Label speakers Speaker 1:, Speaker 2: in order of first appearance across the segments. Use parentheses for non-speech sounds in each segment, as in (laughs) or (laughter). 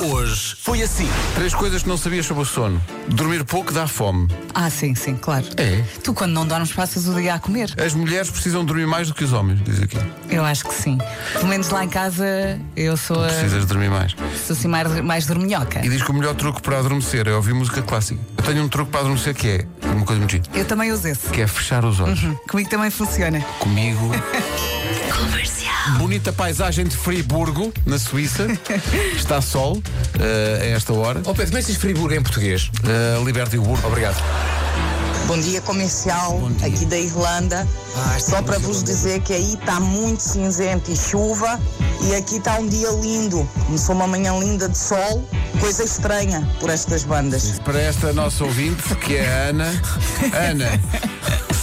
Speaker 1: Hoje foi assim. Três coisas que não sabias sobre o sono. Dormir pouco dá fome.
Speaker 2: Ah, sim, sim, claro.
Speaker 1: É.
Speaker 2: Tu, quando não dormes, passas o dia a comer.
Speaker 1: As mulheres precisam dormir mais do que os homens, diz aqui.
Speaker 3: É.
Speaker 2: Eu acho que sim. Pelo menos lá em casa, eu sou, a,
Speaker 1: Precisas dormir mais.
Speaker 2: sou assim mais, mais dorminhoca.
Speaker 1: E diz que o melhor truque para adormecer é ouvir música clássica. Eu tenho um truque para adormecer que é uma coisa muito gira,
Speaker 2: Eu também uso esse.
Speaker 1: que é fechar os olhos.
Speaker 3: Uhum.
Speaker 2: Comigo também funciona.
Speaker 3: (laughs)
Speaker 1: Comigo. Bonita paisagem de Friburgo, na Suíça. Está sol eh, a esta hora.
Speaker 3: Ó Pedro, como é que se diz Friburgo em português?
Speaker 1: Eh, Liberta e Burgo.
Speaker 3: Obrigado.
Speaker 4: Bom dia comercial
Speaker 1: dia.
Speaker 4: aqui da Irlanda.
Speaker 3: Ah, esta
Speaker 4: Só
Speaker 3: é
Speaker 4: para
Speaker 3: uma
Speaker 4: vos
Speaker 3: Irlanda.
Speaker 4: dizer que aí está muito cinzento e chuva e aqui está um dia lindo. Começou uma manhã linda de sol, coisa estranha por estas bandas.
Speaker 1: Para esta nossa ouvinte, que é a Ana. Ana,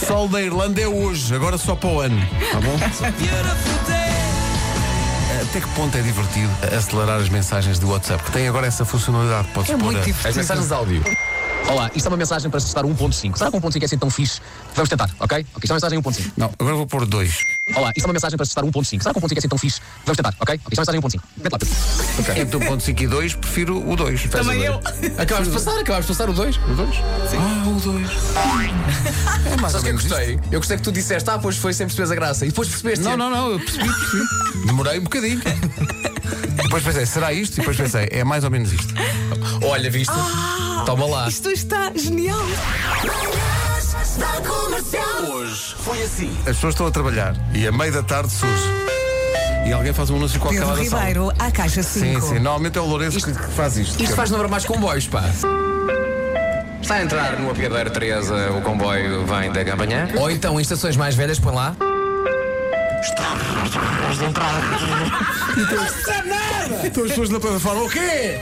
Speaker 1: sol da Irlanda é hoje, agora só para o ano, tá bom? Até que ponto é divertido acelerar as mensagens do WhatsApp? Que tem agora essa funcionalidade, podes
Speaker 2: É
Speaker 1: pôr
Speaker 2: muito
Speaker 1: a-
Speaker 2: divertido.
Speaker 3: As mensagens de áudio.
Speaker 5: Olá, isto é uma mensagem para se testar o 1.5. Será que o 1.5 é assim tão fixe? Vamos tentar, ok? Ok, isto é uma mensagem 1.5.
Speaker 1: Não, agora vou pôr dois.
Speaker 5: Olá, isto é uma mensagem para se testar o 1.5. Será que o 1.5 é assim tão fixe? Vamos tentar, ok? Ok, isto é uma mensagem 1.5. Mete lá, Pedro.
Speaker 1: Entre 1.5 e 2, prefiro o 2.
Speaker 2: Também eu.
Speaker 3: Acabámos de passar, acabámos de passar o 2.
Speaker 1: O 2? Ah, o 2. É mais ou
Speaker 3: Sabes o que eu
Speaker 1: menos
Speaker 3: gostei? Eu gostei que tu disseste, ah, pois foi, sempre percebes a graça. E depois percebeste.
Speaker 1: Não, não, não, eu percebi, percebi. Demorei um bocadinho. Depois pensei, será isto? E depois pensei, é mais ou menos isto.
Speaker 3: Olha, viste?
Speaker 2: Ah,
Speaker 3: Toma lá.
Speaker 2: Isto está genial.
Speaker 1: As pessoas estão a trabalhar e a meio da tarde surge. E alguém faz um anúncio qualquer
Speaker 2: Pedro
Speaker 1: lá da sala.
Speaker 2: Ribeiro, à Caixa
Speaker 1: Sim,
Speaker 2: 5.
Speaker 1: sim. Normalmente é o Lourenço que que faz isto.
Speaker 3: Isto faz lembrar mais comboios, pá.
Speaker 6: Está a entrar no Apiadeiro 13, o comboio vem da Campanhã.
Speaker 3: Ou então, em estações mais velhas, põe lá.
Speaker 1: Estão as pessoas na plataforma, o quê?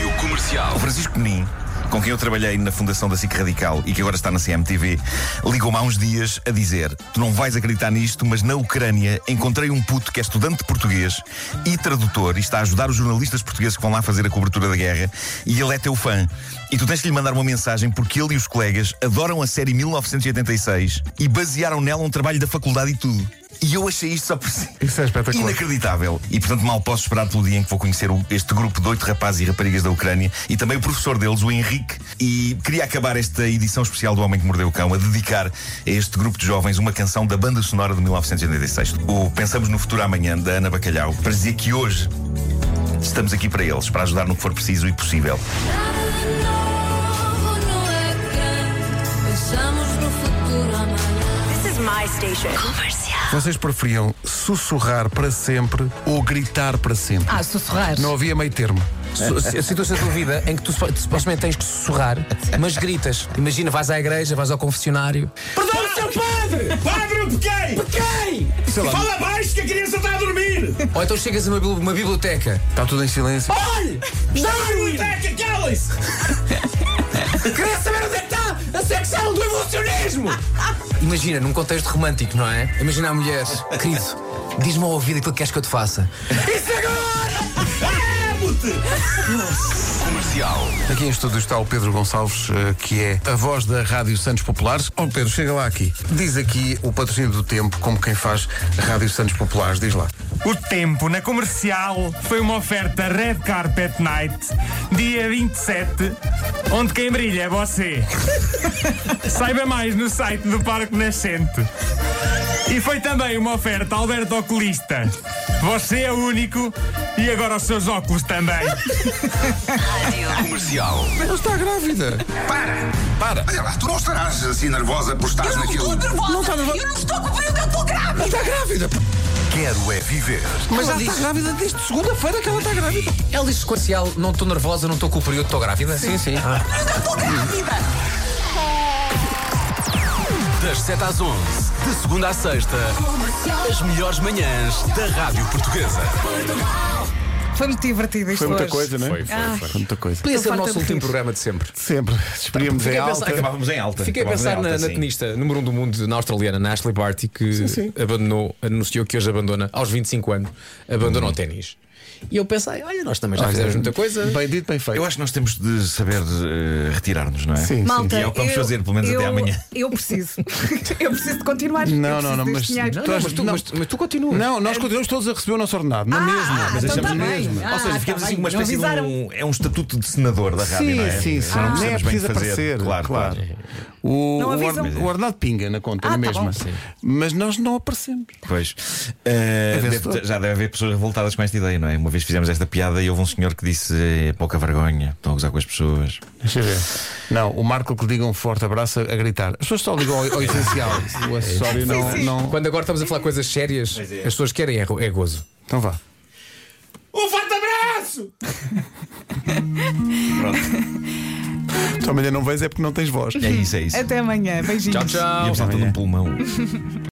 Speaker 7: E o comercial. O Francisco Menin, com quem eu trabalhei na fundação da SIC Radical e que agora está na CMTV, ligou-me há uns dias a dizer: Tu não vais acreditar nisto, mas na Ucrânia encontrei um puto que é estudante de português e tradutor e está a ajudar os jornalistas portugueses que vão lá fazer a cobertura da guerra e ele é teu fã. E tu tens que lhe mandar uma mensagem porque ele e os colegas adoram a série 1986 e basearam nela um trabalho da faculdade e tudo. E eu achei isto só por si.
Speaker 1: Isso é espetacular.
Speaker 7: Inacreditável. E portanto mal posso esperar pelo dia em que vou conhecer o- este grupo de oito rapazes e raparigas da Ucrânia e também o professor deles, o Henrique. E queria acabar esta edição especial do Homem que Mordeu o Cão a dedicar a este grupo de jovens uma canção da banda sonora de 1986. O Pensamos no Futuro Amanhã, da Ana Bacalhau, para dizer que hoje estamos aqui para eles, para ajudar no que for preciso e possível.
Speaker 8: This is my station.
Speaker 1: Vocês preferiam sussurrar para sempre ou gritar para sempre?
Speaker 2: Ah, sussurrar.
Speaker 1: Não havia meio termo.
Speaker 3: Su- se- Situações da tua vida em que tu supo- supostamente tens que sussurrar, mas gritas. Imagina, vais à igreja, vais ao confessionário.
Speaker 9: Perdão, seu padre! Padre, eu pequei! Pequei! Fala baixo que a criança está a dormir!
Speaker 3: Ou então chegas a uma, bibli- uma biblioteca.
Speaker 1: Está tudo em silêncio.
Speaker 9: Olhe! Está a biblioteca, calem-se! Queria saber onde é que está a secção do evolucionismo!
Speaker 3: Imagina, num contexto romântico, não é? Imagina a mulher, querido, diz-me ao ouvido aquilo que queres que eu te faça.
Speaker 9: Isso agora! Amo-te!
Speaker 1: Aqui em estúdio está o Pedro Gonçalves, eh, que é a voz da Rádio Santos Populares. Ó Pedro, chega lá aqui. Diz aqui o patrocínio do tempo, como quem faz Rádio Santos Populares. Diz lá.
Speaker 10: O tempo na comercial foi uma oferta Red Carpet Night, dia 27, onde quem brilha é você. (laughs) Saiba mais no site do Parque Nascente. E foi também uma oferta Alberto Oculista. Você é o único e agora os seus óculos também.
Speaker 1: Ela está grávida.
Speaker 7: Para!
Speaker 11: Olha lá, tu não estarás assim nervosa por estares naquele.
Speaker 1: tá Está tá grávida.
Speaker 11: Quero é viver.
Speaker 1: Mas ela está grávida desde segunda-feira que ela está grávida.
Speaker 3: Ela diz É sequencial, não estou nervosa, não estou com o período, estou grávida. Ah. Sim, sim.
Speaker 6: Das 7 às 11, de segunda à sexta, as melhores manhãs da Rádio Portuguesa.
Speaker 2: Foi muito divertido isto hoje.
Speaker 1: não é? Foi, foi, foi. muita coisa.
Speaker 2: Estou
Speaker 3: Podia
Speaker 7: Então
Speaker 3: ser o
Speaker 2: farta
Speaker 3: nosso
Speaker 7: um
Speaker 2: de
Speaker 3: último
Speaker 2: rir.
Speaker 3: programa de sempre.
Speaker 1: Sempre. é Despedimos em
Speaker 3: Fiquei a
Speaker 1: alta.
Speaker 3: pensar-
Speaker 7: Acabávamos em alta.
Speaker 3: Fiquei a
Speaker 7: Acabávamos em
Speaker 3: pensar na,
Speaker 7: alta,
Speaker 3: na
Speaker 7: sim.
Speaker 3: tenista número 1 um do mundo na australiana, na
Speaker 7: Hum.
Speaker 3: Ashley Barty, que abandonou, anunciou que hoje abandona, aos 25 anos, abandonou o ténis.
Speaker 8: E eu pensei, olha, nós também já fizemos muita coisa.
Speaker 1: Bem dito, bem feito.
Speaker 7: Eu acho que nós temos de saber eh, retirar-nos, não é?
Speaker 2: Malta,
Speaker 7: E é o que vamos
Speaker 2: eu-
Speaker 7: fazer, pelo menos até
Speaker 2: eu-
Speaker 7: amanhã.
Speaker 2: Eu preciso. (laughs) eu preciso de continuar. Eu
Speaker 1: Não, não,
Speaker 2: preciso
Speaker 1: não,
Speaker 2: deste
Speaker 1: mas,
Speaker 2: dinheiro.
Speaker 1: tu-
Speaker 3: continuas.
Speaker 1: Não, nós continuamos todos a receber o nosso ordenado,
Speaker 2: Ah,
Speaker 1: na
Speaker 2: então
Speaker 1: mesma.
Speaker 7: é Mas
Speaker 1: deixamos
Speaker 7: achamos
Speaker 2: tá
Speaker 1: na
Speaker 7: mesmo.
Speaker 1: mesma.
Speaker 7: Ou seja, ficamos assim com uma espécie de um, é um estatuto de senador da rádio,
Speaker 1: tá Sim,
Speaker 7: não é?
Speaker 1: sim, sim.
Speaker 7: Não
Speaker 1: Nem é
Speaker 7: precisamos bem
Speaker 1: preciso
Speaker 7: de fazer,
Speaker 1: aparecer.
Speaker 7: Claro, claro.
Speaker 1: O,
Speaker 7: Não
Speaker 1: o
Speaker 7: avisam.
Speaker 1: ordenado- o ordenado pinga na conta,
Speaker 7: Ah,
Speaker 1: na
Speaker 7: tá
Speaker 1: mesma.
Speaker 7: bom. Sim.
Speaker 1: Mas nós não aparecemos.
Speaker 7: Pois. Eh,
Speaker 1: É
Speaker 7: deve-
Speaker 1: vencedor.
Speaker 7: já deve haver pessoas revoltadas com esta ideia, não é? Uma vez fizemos esta piada e houve um senhor que disse eh, pouca vergonha, estão a gozar com as pessoas.
Speaker 1: Deixa eu ver. Não, o Marco que lhe diga um forte abraço a a gritar. As pessoas só ligam ao, ao
Speaker 7: (laughs)
Speaker 1: essencial.
Speaker 7: É
Speaker 1: O acessório não. não...
Speaker 3: Quando agora estamos a falar coisas sérias, as pessoas querem é, ro- é gozo.
Speaker 1: Então vá.
Speaker 9: Um forte
Speaker 7: (laughs)
Speaker 9: abraço!
Speaker 1: Tu amanhã não vês é porque não tens voz.
Speaker 7: É isso, é isso.
Speaker 2: Até amanhã. Beijinhos.
Speaker 3: Ah,
Speaker 7: Íamos estar todo um pulmão.